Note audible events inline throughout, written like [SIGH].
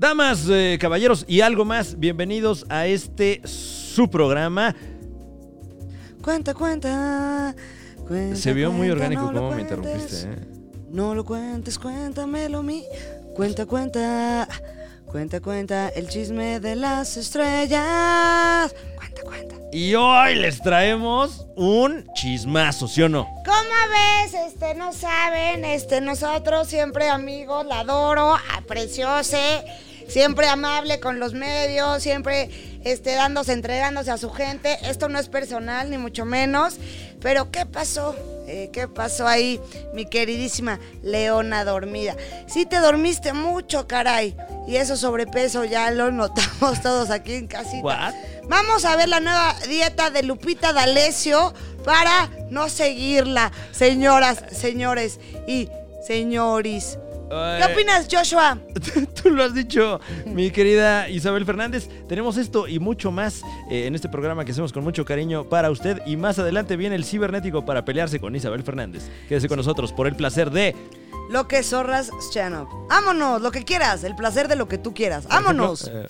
Damas, eh, caballeros y algo más, bienvenidos a este su programa. Cuenta, cuenta. cuenta Se vio muy cuenta, orgánico no lo como me cuentes, interrumpiste. ¿eh? No lo cuentes, cuéntamelo a mí. Cuenta, cuenta. Cuenta, cuenta el chisme de las estrellas. Cuenta, cuenta. Y hoy les traemos un chismazo, ¿sí o no? ¿Cómo ves? Este, no saben, este, nosotros siempre amigos, la adoro, a- preciose, siempre amable con los medios, siempre este, dándose, entregándose a su gente. Esto no es personal, ni mucho menos. Pero, ¿qué pasó? Eh, ¿Qué pasó ahí, mi queridísima leona dormida? Sí te dormiste mucho, caray. Y eso sobrepeso ya lo notamos [LAUGHS] todos aquí en casita. What? Vamos a ver la nueva dieta de Lupita D'Alessio para no seguirla, señoras, señores y señoris. ¿Qué Eh, opinas, Joshua? [LAUGHS] Tú lo has dicho, mi querida Isabel Fernández. Tenemos esto y mucho más eh, en este programa que hacemos con mucho cariño para usted. Y más adelante viene el cibernético para pelearse con Isabel Fernández. Quédese con nosotros por el placer de. Lo que zorras, Chanop. Vámonos, lo que quieras, el placer de lo que tú quieras. Vámonos. Eh,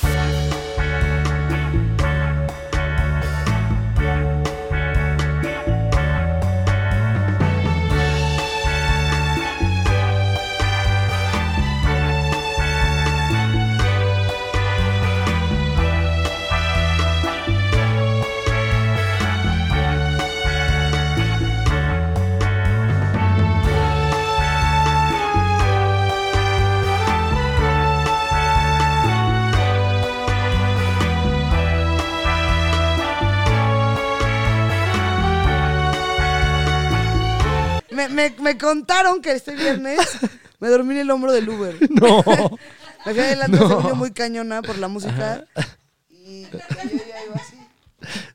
[LAUGHS] Me, me- me contaron que este [LAUGHS] viernes me dormí en el hombro del Uber. no. Me fui adelante, No. se vino muy cañona por la música. Y, yo ya iba así.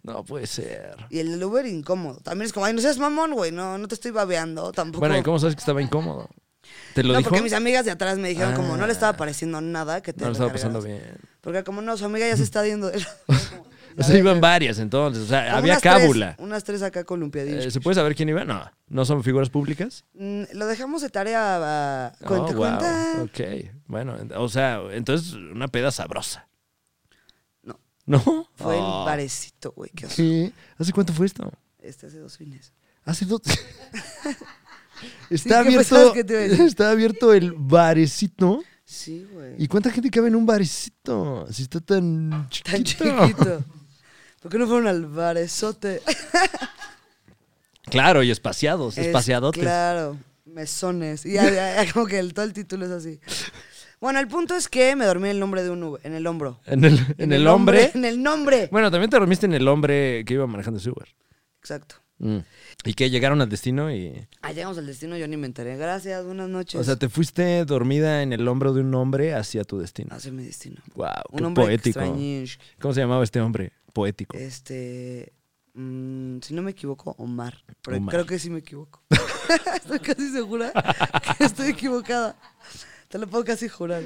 No puede ser. Y el del Uber incómodo. También es como, ay, no seas mamón, güey. No, no te estoy babeando. Tampoco. Bueno, ¿y cómo sabes que estaba incómodo? ¿Te lo no, dijo? porque mis amigas de atrás me dijeron como no le Ah. estaba pareciendo nada que te No lo estaba recargaras. pasando bien. Porque como no, su amiga ya se está yendo. [LAUGHS] de- O sea, iban varias entonces. O sea, Como había unas tres, cábula. unas tres acá columpiadillas. Eh, ¿Se puede saber quién iba? No. ¿No son figuras públicas? Mm, Lo dejamos de tarea a Oh, cuenta, wow. cuenta. Ok. Bueno, ent- o sea, entonces una peda sabrosa. No. ¿No? Fue Oh. el parecito, güey. que Sí. ¿Hace cuánto fue esto? Este hace dos fines. Hace [LAUGHS] dos. Sí, ¿qué está, abierto, pensabas que te iba a decir? está abierto el barecito. Sí, güey. ¿Y cuánta gente cabe en un barecito? Si está tan chiquito. Tan chiquito. ¿Por qué no fueron al barezote? Claro, y espaciados, Es- espaciadotes. Claro, mesones. Y ya, ya- ya como que el, todo el título es así. Bueno, el punto es que me dormí en el nombre de un Uber, en el hombro. En el, en el hombre. [LAUGHS] En el nombre. [LAUGHS] Bueno, también te dormiste en el hombre que iba manejando su Uber. Exacto. Mm. Y que llegaron al destino y. Ah, llegamos al destino, yo ni me enteré. Gracias, buenas noches. O sea, te fuiste dormida en el hombro de un hombre hacia tu destino. Hacia mi destino. Wow, Un qué hombre poético. extrañish. ¿Cómo se llamaba este hombre? Poético. Este. mm, si no me equivoco, Omar. Pero Omar. creo que sí me equivoco. [LAUGHS] estoy casi segura que estoy equivocada. Te lo puedo casi jurar.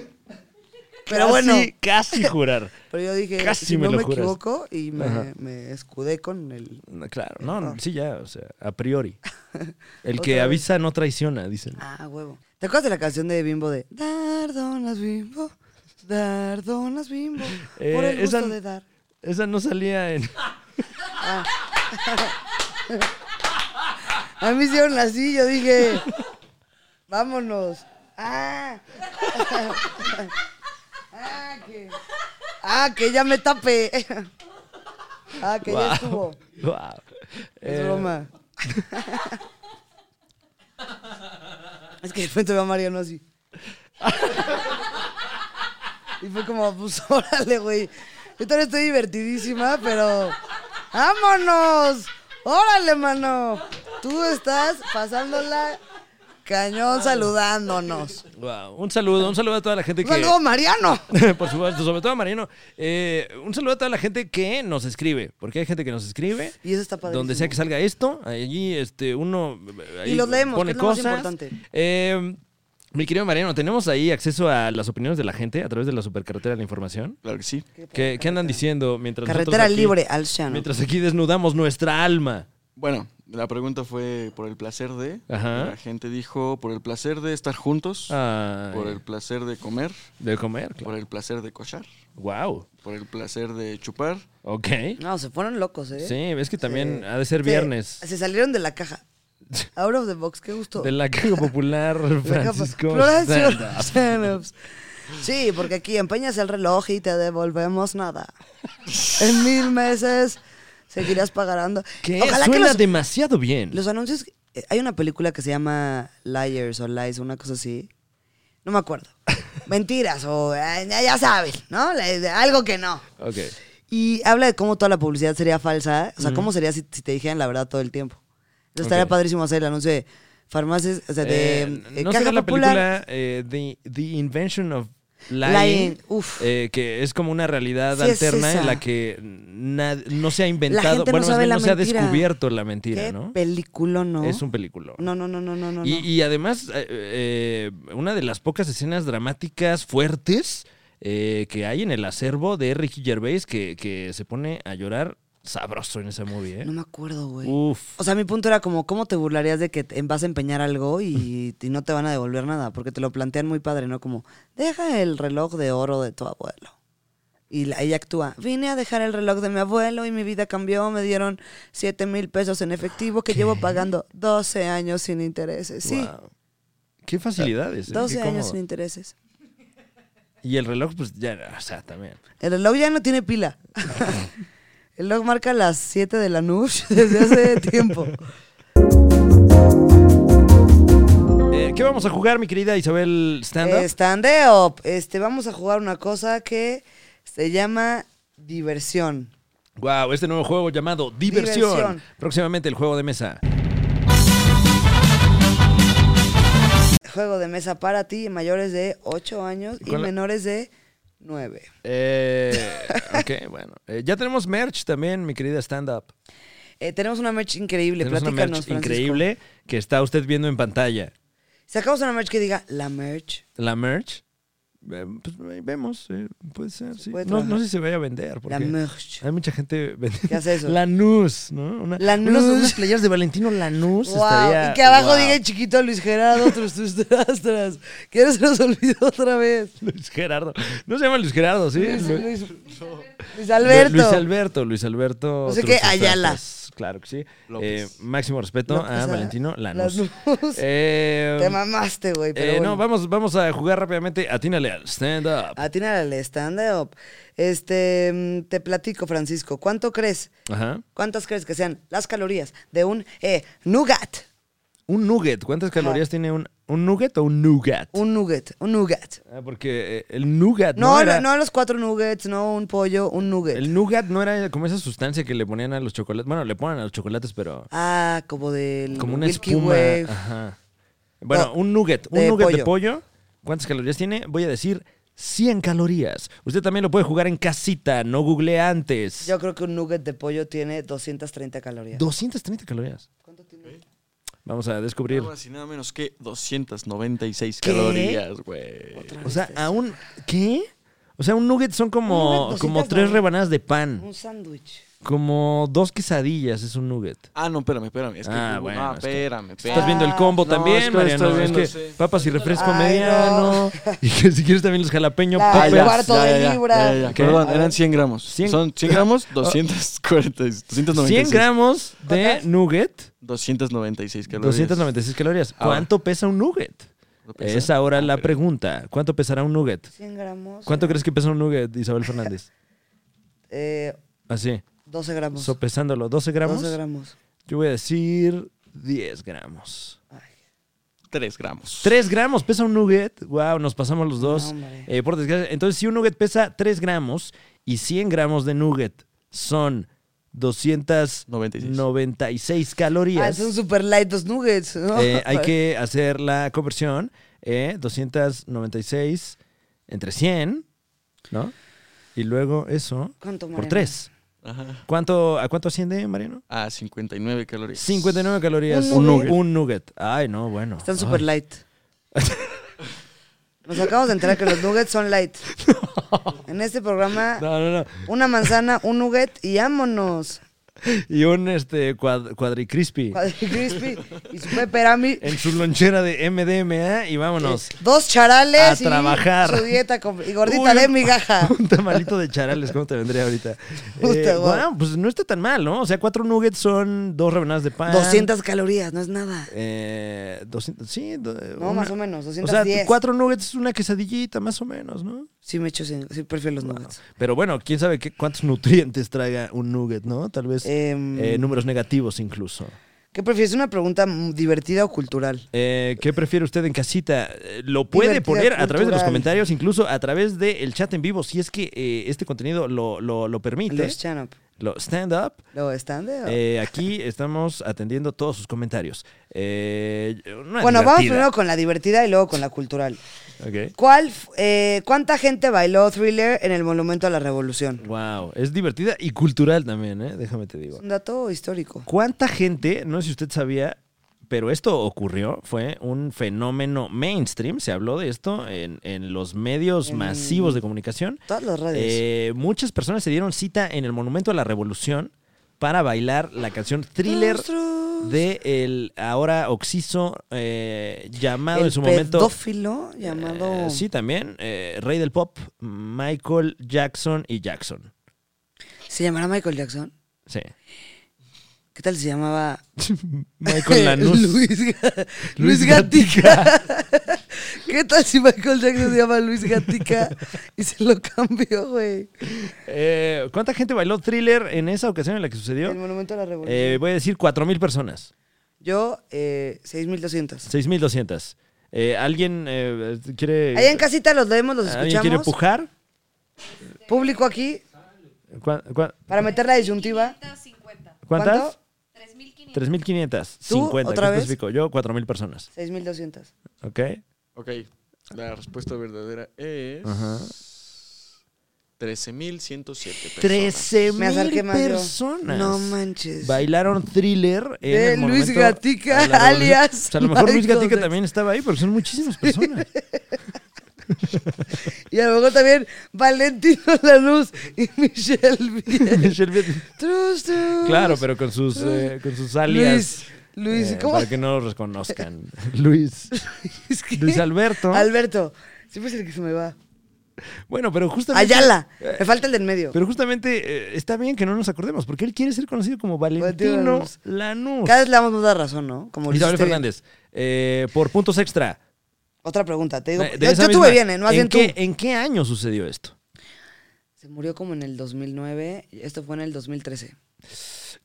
Pero Casi, bueno. [LAUGHS] Casi jurar. Pero yo dije, Casi si me no lo me juras. equivoco, y Ajá. me, me escudé con el. No, claro, no, no, sí, ya, o sea, a [LAUGHS] priori. El que Otra vez. avisa no traiciona, dicen. Ah, huevo. ¿Te acuerdas de la canción de Bimbo de Dar donas Bimbo? Dar donas Bimbo. por Eh, el gusto esa- de dar. Esa no salía en. A mí me hicieron así, yo dije, vámonos. Ah. [LAUGHS] Ah, que, ah, que ya me tapé. [LAUGHS] Ah, [LAUGHS] que ya estuvo. Wow. Es Eh, broma. [LAUGHS] es que de repente veo a Mariano así. [LAUGHS] y fue como, pues [LAUGHS] órale, güey. Yo todavía estoy divertidísima, pero. ¡Vámonos! ¡Órale, mano! Tú estás pasándola cañón saludándonos. wow. Eh, Un saludo, un saludo a toda la gente Un que. saludo, Mariano. [LAUGHS] Por supuesto, sobre todo a Mariano. Eh, un saludo a toda la gente que nos escribe, porque hay gente que nos escribe. Y eso está padrísimo. Donde sea que salga esto, allí este, uno ahí los leemos, pone que es lo más cosas. importante. Eh, mi querido Mariano, ¿tenemos ahí acceso a las opiniones de la gente a través de la supercarretera de la información? Claro que sí. ¿Qué, qué andan diciendo mientras nosotros Carretera aquí- libre al Shano. Mientras aquí desnudamos nuestra alma. Bueno, La pregunta fue por el placer de. Ajá. La gente dijo por el placer de estar juntos, Ay, por el placer de comer, De comer, por el placer de cochar, Wow. por el placer de chupar. Ok. No, se fueron locos, ¿eh? Sí, ves que también Sí. ha de ser Sí, viernes. Se salieron de la [LAUGHS] caja. Out of the box, qué gusto. De la caja popular, La caja- Francisco. Florencio Santa. Stand-ups. Sí, porque aquí empeñas el reloj y te devolvemos nada. [LAUGHS] En mil meses seguirás pagando. Que Ojalá suena que los, demasiado bien. los anuncios. eh, Hay una película que se llama Liars o Lies, una cosa así. No [LAUGHS] me acuerdo. Mentiras o eh, ya ya sabes, ¿no? La- de- Algo que no. Ok. Y habla de cómo toda la publicidad sería falsa. ¿eh? O sea, cómo sería si, si te dijeran la verdad todo el tiempo. Entonces, estaría Ok. padrísimo hacer el anuncio de farmacias, o sea, Eh, de eh, ¿No caja será la película popular. eh, The, The Invention of Lying? Lying, uf. Eh, que es como una realidad Sí, es alterna en esa. la que na- no se ha inventado, gente no bueno, más sabe bien la no se ha mentira. descubierto la mentira, Qué ¿no? película, ¿no? Es un película. No, no, no, no, no, no. Y, no. y además, eh, eh, una de las pocas escenas dramáticas fuertes eh, que hay en el acervo de Ricky Gervais que, que se pone a llorar sabroso en esa movie, ¿eh? No me acuerdo, güey. Uf. O sea, mi punto era como, ¿cómo te burlarías de que te- vas a empeñar [LAUGHS] algo y, y no te van a devolver nada? Porque te lo plantean muy padre, ¿no? Como, deja el reloj de oro de tu abuelo. Y la- ella actúa, vine a dejar el reloj de mi abuelo y mi vida cambió, me dieron 7 mil pesos en efectivo que llevo pagando 12 años sin intereses. Sí, Wow. Qué facilidades. ¿eh? Qué 12 años cómodo. sin intereses. Y el reloj, pues ya, o sea, también. El reloj ya no [LAUGHS] tiene pila. el reloj marca las 7 de la noche [LAUGHS] desde hace tiempo. Eh, ¿Qué vamos a jugar, mi querida Isabel Stand Eh, Stand-up. Este, vamos a jugar una cosa que se llama diversión. Wow, este nuevo juego llamado Diversión. Diversión. Próximamente el juego de mesa. Juego de mesa para ti, mayores de 8 años y Con la- menores de 9. [LAUGHS] Eh, ok, bueno. Eh, ya tenemos merch también, mi querida Stand Up. Eh, tenemos una merch increíble, Tenemos una platícanos, merch Francisco. increíble que está usted viendo en pantalla. Sacamos una merch que diga la merch. La merch. eh, Pues ahí vemos, eh, puede ser, sí. puede no, no trabajar. sé si se vaya a vender. Porque La merch. Hay mucha gente [LAUGHS] vendiendo. ¿Qué hace eso? Lanús, ¿no? Una, Lanús. Unas, unas playeras de Valentino Lanús Wow, pues estaría- Y que abajo wow. diga en chiquito Luis Gerardo, tras, tras, tras, tras. Que no se nos olvidó otra [LAUGHS] vez. Luis Gerardo. No se llama Luis Gerardo, ¿sí? Luis, Lu- Luis- Luis Alberto. Luis Alberto, Luis Alberto. No sé Trujillo qué, Ayala. Trastas, Claro que sí. López. Eh, máximo respeto López, a a- Valentino Lanús. Lanús. Eh, Te mamaste, güey. eh, pero bueno. No, vamos, vamos a jugar rápidamente. Atínale al stand-up. Atínale al stand-up. eh, Este, mm, te platico, Francisco. ¿Cuánto crees? Ajá. ¿Cuántas crees que sean las calorías de un eh, nougat? Un nugget. ¿Cuántas calorías tiene un, un nugget o un nougat? Un nugget, un nougat. Ah, porque eh, el nougat no, No, no, era... no los cuatro nuggets, no un pollo, un nugget. El nougat no era como esa sustancia que le ponían a los chocolates. Bueno, le ponen a los chocolates, pero Ah, como del como una Milky espuma. Way. Ajá. Bueno, No, un nugget. Un de nugget de pollo. pollo. ¿Cuántas calorías tiene? Voy a decir 100 calorías. Usted también lo puede jugar en casita. No google antes. Yo creo que un nugget de pollo tiene 230 calorías. 230 calorías. ¿Cuánto tiene? Vamos a descubrir. Nada más y nada menos que 296 ¿Qué? calorías, güey. O sea, aún. ¿Qué? O sea, un nugget son como, Un nugget, como 200, tres ¿no? rebanadas de pan. Un sándwich. Como dos quesadillas es un nugget. Ah, no, espérame, espérame. Es que, Ah, ah, bueno, es que- espérame, espérame. Estás viendo el combo Ah, No, también, es que Mariano. estoy viendo, es que sí. papas y refresco Ay, mediano. no. [LAUGHS] Y que si quieres también los jalapeño La- Ah, poppers. ya, cuarto ya, de ya, libra. ya, ya, ya. ¿Qué? Perdón, A eran 100 gramos. 100. Son 100 [LAUGHS] gramos, 240, 100 296. Oh. gramos de nugget, 296 calorías. 296 calorías. Ahora. ¿Cuánto pesa un nugget? ¿Lo pesa? Es ahora la pregunta. ¿Cuánto pesará un nugget? 100 gramos. ¿Cuánto crees que pesa un nugget, Isabel Fernández? Eh, Así, 12 gramos. sopesándolo. ¿12 gramos? 12 gramos. Yo voy a decir 10 gramos. 3 gramos. 3 gramos pesa un nugget. Wow, nos pasamos los dos. hombre. Eh, por desgracia. Entonces, si un nugget pesa 3 gramos y 100 gramos de nugget son 296 Ah, calorías. son super light los nuggets, ¿no? Eh, [LAUGHS] hay que hacer la conversión. eh, 296 entre 100, ¿no? Y luego eso ¿Cuánto, por Mariano? 3. Ajá. ¿Cuánto, ¿A cuánto asciende, Mariano? Ah, 59 calorías. 59 calorías. Un nugget. Un nugget. Ay, no, bueno. Están [LAUGHS] super light. Nos acabamos de enterar que los nuggets [LAUGHS] son light. En este programa, No, no, no. una manzana, un nugget y ámonos. [LAUGHS] y un este, cuad- cuadricrispy [LAUGHS] Crispy. Y su peperami. en su lonchera de MDMA y vámonos. Dos charales. A trabajar. Y su dieta com- y gordita Uy, de un- migaja. [LAUGHS] Un tamalito de charales, ¿cómo te vendría ahorita? [LAUGHS] Puta, Eh, guau. bueno, pues no está tan mal, ¿no? O sea, cuatro nuggets son dos rebanadas de pan. 200 calorías, no es nada. Eh, 200, sí. do- No, más o menos, O sea, 210. cuatro nuggets es una quesadillita, más o menos, ¿no? Sí me echo, sin- sí prefiero los nuggets. Pero bueno, quién sabe qué, cuántos nutrientes traiga un nugget, ¿no? Tal vez Em. eh, números negativos incluso. ¿Qué prefieres? ¿Una pregunta mm, divertida o cultural? Eh, ¿Qué prefiere usted en casita? Eh, Lo puede Divertida, poner a través de los cultural. comentarios, incluso a través del chat en vivo, si es que eh, este contenido lo, lo, lo permite. Los Ah. stand-up. Lo stand up. ¿Lo stand up? Eh, aquí estamos atendiendo todos sus comentarios. Eh, una bueno, vamos divertida. primero con la divertida y luego con la cultural. Ok. ¿Cuál, f- eh, ¿Cuánta gente bailó Thriller en el Monumento a la Revolución? Wow, es divertida y cultural también, ¿eh? déjame te digo. Es un dato histórico. ¿Cuánta gente, no sé si usted sabía, pero esto ocurrió, fue un fenómeno mainstream, se habló de esto en, en los medios masivos de comunicación. Todas las redes. Eh, muchas personas se dieron cita en el Monumento a la Revolución para bailar la canción Thriller Monstruos. de el ahora oxiso eh, llamado el en su momento... pedófilo llamado... Eh, sí, también. eh, Rey del Pop, Michael Jackson y Jackson. ¿Se llamará Michael Jackson? [LAUGHS] Sí. ¿Qué tal se llamaba? Michael [LAUGHS] Lanús. Luis, Ga- [LAUGHS] Luis Luis Gatica. ¿Qué tal si Michael Jackson se llama Luis Gatica y se lo cambió, güey? [LAUGHS] Eh, ¿Cuánta gente bailó thriller en esa ocasión en la que El sucedió? Monumento a la Revolución. Eh, voy a decir 4.000 personas. Yo, eh, 6.200. 6.200. Eh, ¿Alguien eh, quiere... Allá en casita los leemos, los ¿Alguien quiere escuchamos. pujar? Público aquí, ¿Cuá- cuá- para meter la disyuntiva. 50. ¿Cuántas? ¿Cuánto? 3500. 3.550. ¿Tú? ¿Otra ¿qué vez? especifico? Yo 4.000 personas. 6.200. ¿Ok? Ok, la respuesta verdadera es... 13.107 personas. 13.000 Me acerqué más yo. personas. No manches. Bailaron thriller en De el Luis monumento Gatica, a la revolución. alias O sea, a lo mejor Luis Michael Gatica Jackson. también estaba ahí, porque son muchísimas [LAUGHS] personas. [LAUGHS] Y a lo mejor también Valentino Lanús y Michelle Vier. Michelle Viet- [LAUGHS] Trus, trus. claro, pero con sus, eh, con sus alias. Luis, Luis, eh, ¿cómo? Para que no los reconozcan. [LAUGHS] Luis. [LAUGHS] Es que- Luis Alberto. Alberto. Siempre es el que se me va. Bueno, pero justamente. Ayala. Me falta el del medio. Pero justamente eh, está bien que no nos acordemos, porque él quiere ser conocido como Valentino Valentino Lanús. Lanús. Cada vez le damos más la razón, ¿no? Como lo Isabel hiciste bien. Fernández, eh, por puntos extra. Otra pregunta, te digo. De- de yo esa yo misma, tuve bien, ¿eh? No más ¿en bien tú. qué, ¿En qué año sucedió esto? Se murió como en el 2009. y Esto fue en el 2013.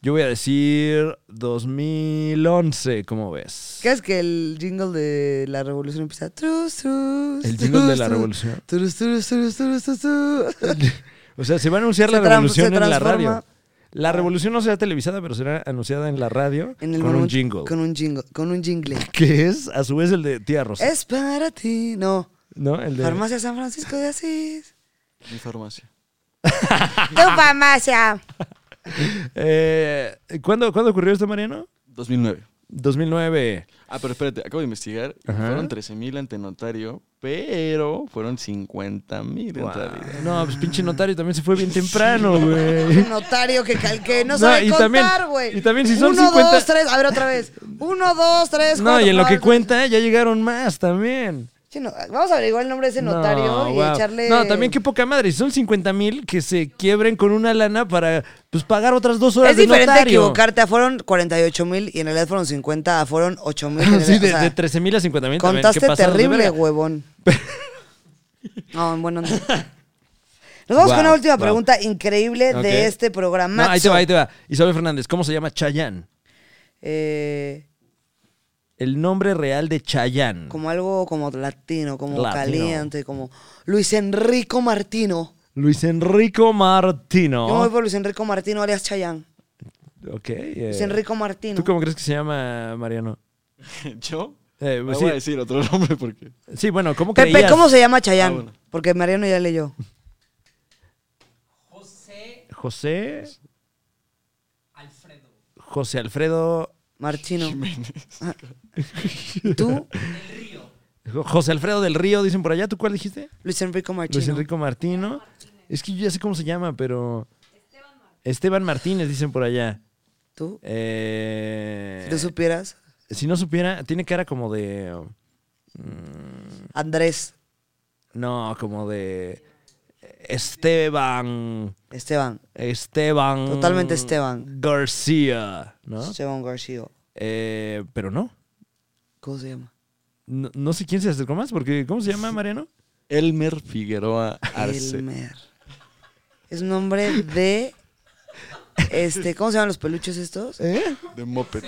Yo voy a decir 2011, ¿cómo ves? ¿Crees que el jingle de la revolución empieza? Trus, trus, El jingle trus, de la [LAUGHS] trus, revolución. Trus, trus, trus, trus, trus, trus. O sea, se va a anunciar Se la tran- revolución se en la transforma- radio. La revolución no será televisada, pero será anunciada en la radio En el con un momento- jingle. Con un jingle. Con un jingle. Que es, a su vez, el de Tía Rosa. Es para ti. No. ¿No? El de. Farmacia San Francisco de Asís. Mi farmacia. [LAUGHS] Tu farmacia. Eh, ¿cuándo, ¿Cuándo ocurrió esto, Mariano? 2009. 2009. Ah, pero espérate, acabo de investigar. y Ajá. Fueron 13.000 ante notario, pero fueron 50.000 en realidad. [LAUGHS] No, pues pinche notario también se fue bien temprano, [LAUGHS] güey. Un notario que calqué. No, No, sabe y también- contar, güey. y también si son Uno, 50 dos, tres. A ver, otra vez. Uno, dos, tres, No, cuatro, y en lo que cuatro. cuenta ya llegaron más también. Sí, no, Vamos a averiguar el nombre de ese notario y guau. echarle. No, también qué poca madre. Si son 50 mil que se quiebren con una lana para pues pagar otras dos horas Es de diferente notario. [LAUGHS] equivocarte. A fueron 48 mil y en realidad fueron 50. A fueron 8 mil. [LAUGHS] Sí, de, de 13 mil a 50 mil. Contaste terrible, [LAUGHS] huevón. No, en buena onda. Nos vamos Guau, con una última guau. pregunta increíble Ok. de este programa. ahí te va, ahí te va. Isabel Fernández, ¿cómo se llama Chayanne? Eh, El nombre real de Chayanne. como algo como latino, como Latino. caliente, como Luis Enrico Martino. Luis Enrico Yo me voy Martino. por Luis Enrico Martino alias Chayán. Ok. eh, Luis Enrico Martino. ¿Tú cómo crees que se llama, Mariano? ¿Yo? Eh, Me sí. voy a decir otro nombre porque... Sí, bueno, ¿cómo Pepe, creías? ¿cómo se llama Chayán? Ah, bueno. Porque Mariano ya leyó. José... Alfredo. José Alfredo... Martino. Ah. ¿Tú? Jo- José Alfredo del Río, dicen por allá. ¿Tú cuál dijiste? Luis Enrico Martino. Luis Enrico Martino. Es que yo ya sé cómo se llama, pero. Esteban Martínez. dicen por allá. ¿Tú? Eh, Si lo supieras. si no supiera, tiene cara como de. Andrés, No, como de. Esteban. Esteban, Esteban. Totalmente Esteban. García, ¿no? Esteban García. Eh, pero no. ¿Cómo se llama? no. no sé quién se acercó más, porque ¿cómo se llama Mariano? Elmer Figueroa Arce. Elmer. Es nombre de. Este, ¿cómo se llaman los peluches estos? ¿Eh? De Moped.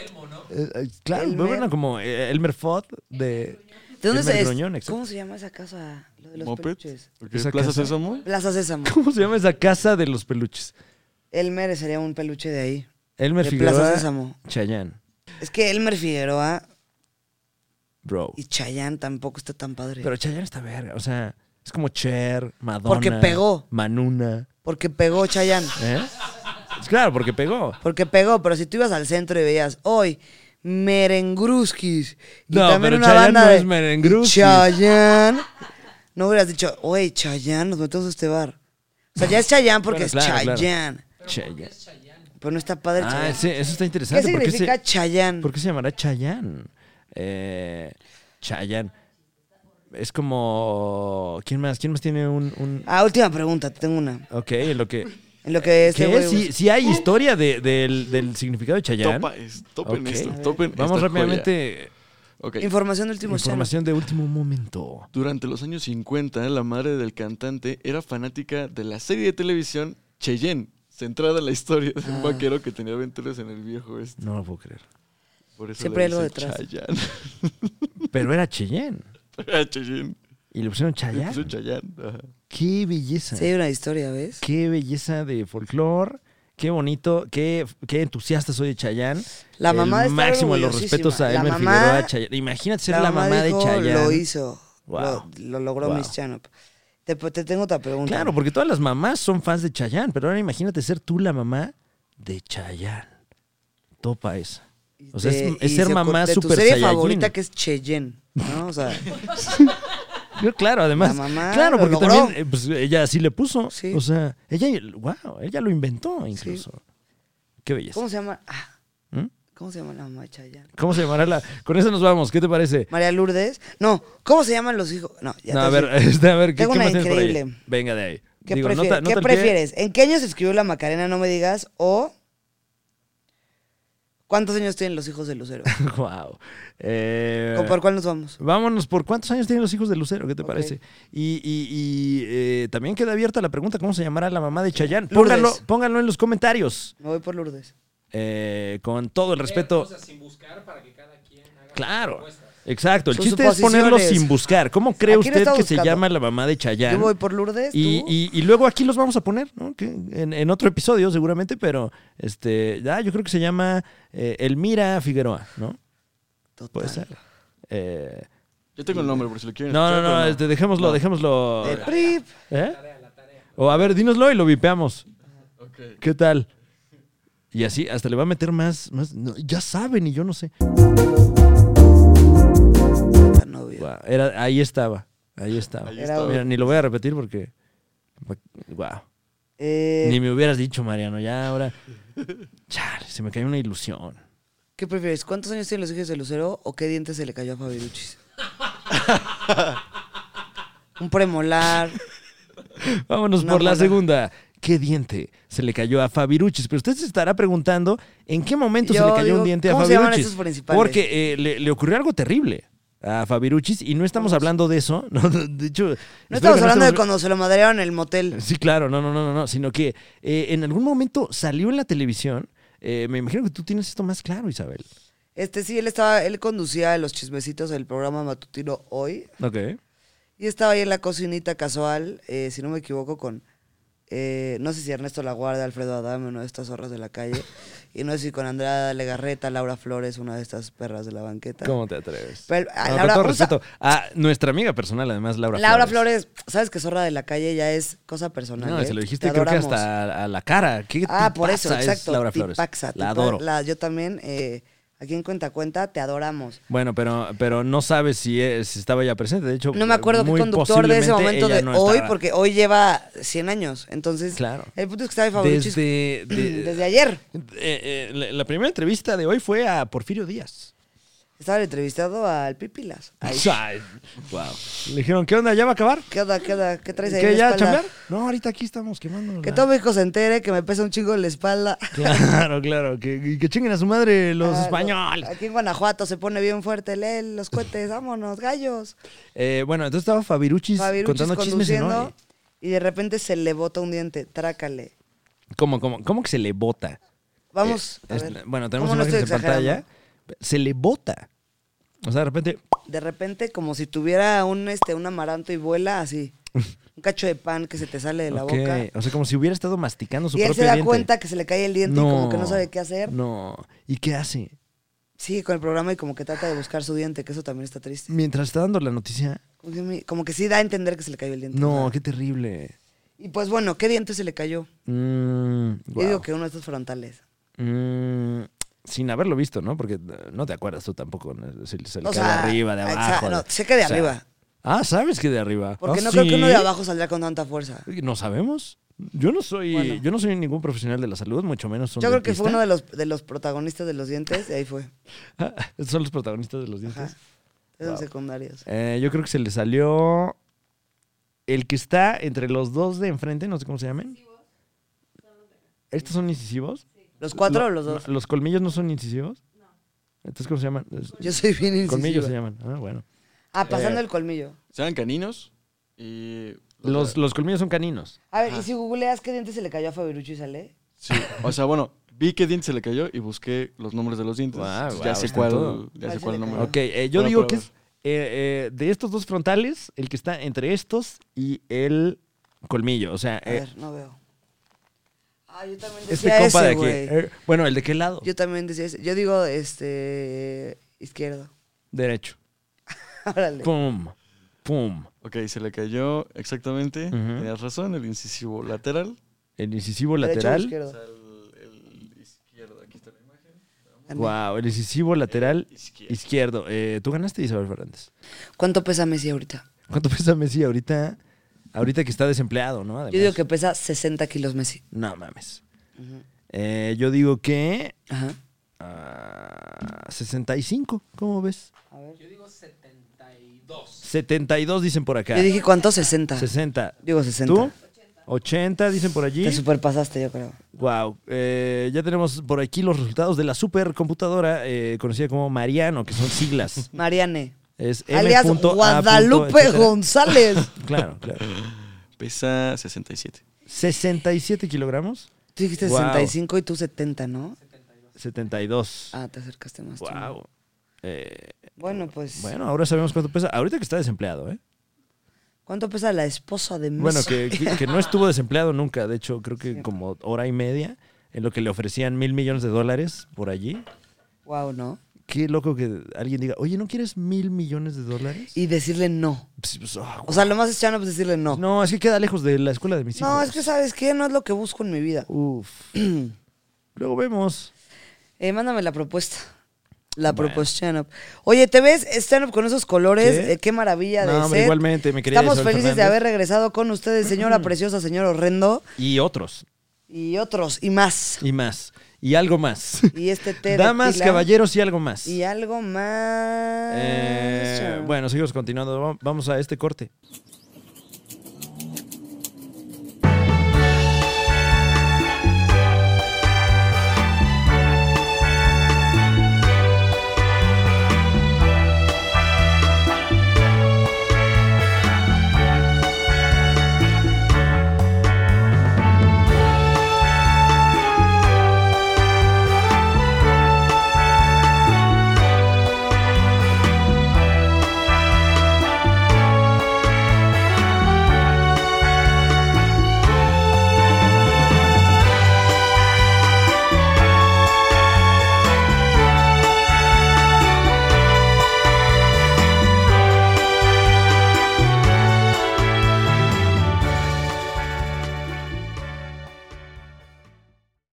claro, Elmer. bueno, como eh, Elmer Fudd de. ¿De dónde Elmer se es? Gruñón, exacto. ¿Cómo se llama esa casa? Lo de los Moped. peluches. Ok, Esa Plaza casa. Sésamo. Plaza Sésamo. [LAUGHS] ¿Cómo se llama esa casa de los peluches? Elmer sería un peluche de ahí. Elmer De Figueroa. Plaza Sésamo. Chayanne, Es que Elmer Figueroa bro. y Chayanne tampoco está tan padre. Pero Chayanne está verga, o sea, es como Cher, Madonna. Porque pegó. Manuna. Porque pegó Chayanne. ¿eh? Claro, porque pegó. Porque pegó, pero si tú ibas al centro y veías hoy merengruskis y No, también pero una Chayanne banda no de es Merenguskis. Chayanne, no hubieras dicho, oye, Chayanne, nos metemos a este bar. O sea, ya es Chayanne porque Bueno, claro, es claro. Chayanne, Chayanne. pero no está padre Ah, Chayanne. sí, eso está ¿Qué interesante. ¿Por se- significa Chayanne? ¿Por qué se llamará Chayanne? Eh, Chayanne. Es como... ¿Quién más? ¿Quién más tiene un...? un... Ah, última pregunta, te tengo una. Ok, en lo que... En lo que este ¿Qué? güey- ¿Sí, sí hay historia de- del, del significado de Chayanne? Topa, es- topen Ok. esto, topen Vamos esta rápidamente... joya. Ok. Información de último chano. Información de último momento. Durante los años 50, la madre del cantante era fanática de la serie de televisión Cheyenne, centrada en la historia de un Ah. vaquero que tenía aventuras en el viejo oeste. No lo puedo creer. Por eso Siempre le algo dicen detrás. Chayanne. [LAUGHS] Pero era Cheyenne. Era Ah, Cheyenne. Y le pusieron Le Chayanne. puso Chayanne. ajá. Qué belleza. Sí, hay una historia, ¿ves? Qué belleza de folclore. Qué bonito. Qué, qué entusiasta soy de Chayanne. La mamá El está máximo de los orgullosísima. respetos a La Elmer mamá- Figueroa. Chayanne. Imagínate ser la, mamá dijo, de Chayanne. Lo hizo. Wow. Lo, lo logró Wow. Miss Chanop. Te, te tengo otra pregunta. Claro, porque todas las mamás son fans de Chayanne. Pero ahora imagínate ser tú la mamá de Chayanne. Topa esa. O sea, es, de- es y ser se mamá ocu- de super tu serie Saiyajin. favorita que es Cheyenne, ¿no? O sea, Yo, claro, además. La mamá claro, lo porque logró. también eh, pues, ella así le puso. Sí. O sea, ella, wow, ella lo inventó incluso. Qué belleza. ¿cómo ¿Cómo, se llama? Ah, ¿Mm? ¿Cómo se llama la mamá de Chayanne? se llamará la.? Con eso nos vamos, ¿qué te parece? María Lourdes. No, ¿cómo se llaman los hijos? No, ya No, te a voy ver, este, a ver, ¿qué, Tengo qué una más tienes por ahí? increíble. Venga de ahí. ¿Qué, Digo, prefier- nota- nota qué el pie. prefieres? ¿En qué año se escribió la Macarena? No me digas. O ¿cuántos años tienen los hijos [LAUGHS] de Lucero? [LAUGHS] Guau. Eh, ¿O por cuál nos vamos? Vámonos, ¿por cuántos años tienen los hijos de Lucero? ¿Qué te Ok. parece? Y, y- y, eh, también queda abierta la pregunta: ¿cómo se llamará la mamá de Chayanne? Lourdes. Pónganlo, pónganlo en los comentarios. Me voy por Lourdes. eh, con todo el respeto. Claro. Exacto, el Sus chiste es ponerlo suposiciones. sin buscar. ¿Cómo cree Aquí usted lo que estaba se buscando. llama la mamá de Chayanne? Yo voy por Lourdes. y, ¿tú? y- y luego aquí los vamos a poner, ¿no? Que en, en otro episodio seguramente, pero este, ah, yo creo que se llama eh, Elmira Figueroa, ¿no? Total. Puede ser. Eh, Yo tengo el nombre por si lo quieren. no, no, escuchar, pero no, este, dejémoslo, dejémoslo. De Prip. ¿Eh? O a ver, dínoslo y lo vipeamos. Ok. ¿Qué tal? Y así, hasta le va a meter más, más no, ya saben y yo no sé. Puta novio. Guau, era, ahí estaba, ahí estaba. Ahí Era estaba. Mira, ni lo voy a repetir porque. Wow. Eh, Ni me hubieras dicho, Mariano, ya ahora. Chale, se me cayó una ilusión. ¿Qué prefieres? ¿Cuántos años tienen los hijos de Lucero o qué diente se le cayó a [LAUGHS] Fabi Luchis? Un premolar. Vámonos Una por la bola. segunda. ¿Qué diente se le cayó a Fabiruchis? Pero usted se estará preguntando en qué momento se Yo le cayó digo, un diente a ¿cómo se llaman Fabiruchis. esos principales? Porque eh, le, le ocurrió algo terrible a Fabiruchis y no estamos hablando de eso. [LAUGHS] No, no, de hecho, No espero estamos que hablando de cuando se lo madrearon en el motel. Sí, claro, no, no, no, no, no, sino que eh, en algún momento salió en la televisión. eh, me imagino que tú tienes esto más claro, Isabel. Este sí, él estaba, él conducía los chismecitos del programa matutino hoy. Ok. Y estaba ahí en la cocinita casual, eh, si no me equivoco, con. eh, no sé si Ernesto La Guardia, Alfredo Adame, una de estas zorras de la calle. Y no sé si con Andrea Legarreta, Laura Flores, una de estas perras de la banqueta. ¿Cómo te atreves? Pero, ah, No, Laura, con todo un sa- respeto. A nuestra amiga personal, además, Laura, Laura Flores. Flores. sabes que zorra de la calle ya es cosa personal. No, ¿eh? se lo dijiste Te creo que adoramos. hasta a la cara. ¿Qué Ah, por tipaza eso, es exacto. Laura Flores. tipaxa, la tipa- adoro. la- yo también eh, Aquí en Cuenta Cuenta te adoramos. Bueno, pero, pero no sabes si, es- si estaba ya presente. De hecho, No me acuerdo qué muy conductor de ese posiblemente momento ella de no hoy, estará. porque hoy lleva 100 años. Entonces, Claro. el punto es que estaba favorito Desde, de- [CLEARS THROAT] desde ayer. eh, eh, la, la primera entrevista de hoy fue a Porfirio Díaz. Estaba el entrevistado al Pipilas. [LAUGHS] Ay, O sea, wow. Le dijeron, ¿qué onda? ¿Ya va a acabar? ¿Qué onda, qué onda? ¿Qué traes ahí? en ¿Qué la ya espalda? chambear? No, ahorita aquí estamos quemando. Que la- todo México se entere que me pesa un chingo en la espalda. [LAUGHS] Claro, claro. Que, que- que chinguen a su madre los [LAUGHS] Ah, españoles. Aquí en Guanajuato se pone bien fuerte el, los cohetes, vámonos, gallos. Eh, bueno, entonces estaba Fabiruchis, Fabiruchis contando chismes en conduciendo hoy. y de repente se le bota un diente, trácale. ¿Cómo, cómo, cómo que se le bota? Vamos, Eh, a es- ver. Bueno, tenemos ¿Cómo no imágenes estoy en pantalla. exagerando? Se le bota. O sea, de repente. De repente como si tuviera un este un amaranto y vuela [LAUGHS] así. Un cacho de pan que se te sale de la ok, boca. O sea, como si hubiera estado masticando su Y él propio se da diente. cuenta que se le cae el diente y como que no sabe qué hacer. No. ¿Y qué hace? Sigue con el programa y como que trata de buscar su diente, que eso también está triste. Mientras está dando la noticia. Como que, mi- como que sí da a entender que se le cayó el diente. No, Ajá. qué terrible. Y pues bueno, ¿qué diente se le cayó? Mm, Yo digo guau. que uno de estos frontales. Mm, sin haberlo visto, ¿no? Porque eh, no te acuerdas tú tampoco. ¿no? Si se le O cae de sea, arriba, de exa- abajo. no, sé que de arriba. Ah, sabes que de arriba. Porque Ah, no creo que uno de ¿sí? abajo saldrá con tanta fuerza. No sabemos. Yo no soy, Bueno. yo no soy ningún profesional de la salud, mucho menos un Yo creo que fue dentista. uno de los, de los protagonistas de los dientes y ahí fue. Ah, [LAUGHS] Son los protagonistas de los dientes. Ajá. Esos Wow. secundarios. Eh, yo creo que se le salió el que está entre los dos de enfrente, no sé cómo se llaman. ¿Estos son incisivos? ¿Los cuatro Lo- o los dos? no, ¿Los colmillos no son incisivos? Entonces, ¿cómo se llaman? Es- Yo soy bien incisiva. Colmillos se llaman. Ah, bueno. Ah, pasando Eh. el colmillo. Se llaman caninos y... o Los, sea, los colmillos son caninos. A ver, ¿y si googleas qué diente se le cayó a Fabirucho y sale? sí, o sea, bueno, vi qué diente se le cayó y busqué los nombres de los dientes. Guau, Entonces, guau, ya sé está cuál, todo. ya ¿Cuál sé se cuál le número. cayó? Ok, eh, yo Bueno, digo pero- que es eh, eh, de estos dos frontales, el que está entre estos y el colmillo. O sea, A eh, ver, no veo. Ah, yo también este decía compa ese, de aquí. güey. eh, bueno, ¿el de qué lado? Yo también decía ese. Yo digo, este, izquierdo. [LAUGHS] Derecho. Órale. Pum. Pum. Ok, se le cayó exactamente, Ujú. tenías razón, el incisivo lateral. El incisivo Derecho o lateral. izquierdo. El, izquierdo, aquí está la imagen. Gané. Wow, el incisivo lateral izquierdo. izquierdo. Eh, Tú ganaste, Isabel Fernández. ¿Cuánto pesa Messi ahorita? ¿Cuánto pesa Messi ahorita? Ahorita que está desempleado, ¿no? Además. Yo digo que pesa 60 kilos Messi. No mames. Eh, yo digo que. Ajá. ah, 65, ¿cómo ves? A ver. 72 dicen por acá. Yo dije, ¿cuánto? 60. 60. Digo 60. ¿Tú? 80 dicen por allí. Te superpasaste, yo creo. Wow, eh, ya tenemos por aquí los resultados de la supercomputadora eh, conocida como Mariano, que son [LAUGHS] siglas. Mariane. Es M. Alias punto A. Guadalupe etcétera. [LAUGHS] González. Claro, claro. Pesa 67. 67 kilogramos, Tú dijiste Wow. 65 y tú 70, ¿no? 72. Ah, te acercaste más. chingón. wow. Eh, Bueno, pues. bueno, ahora sabemos cuánto pesa. Ahorita que está desempleado, ¿eh? ¿Cuánto pesa la esposa de Messi? Bueno, que, que- que no estuvo desempleado nunca. De hecho, creo que como hora y media en lo que le ofrecían mil millones de dólares por allí. Wow, ¿no? Qué loco que alguien diga, oye, ¿no quieres mil millones de dólares? Y decirle no. Pues, pues, ah, O sea, lo más echano es decirle no. No, No, es que queda lejos de la escuela de mis hijos. es que sabes qué, no es lo que busco en mi vida. Uh. [CLEARS THROAT] Uf. Luego vemos. Eh, mándame la propuesta. La Bueno. propuesta stand-up. Oye, ¿te ves stand-up con esos colores? Eh, ¿Qué? ¿Qué? maravilla de No, hombre, set. igualmente, mi querida Estamos Isabel felices de Fernández. Mm. haber regresado con ustedes, señora preciosa, señor horrendo, Y otros. y otros, y más. Y más. Y algo [LAUGHS] más. Y este té de Damas, tila. caballeros y algo más. Y algo más. Eh, bueno, seguimos continuando. Vamos a este corte.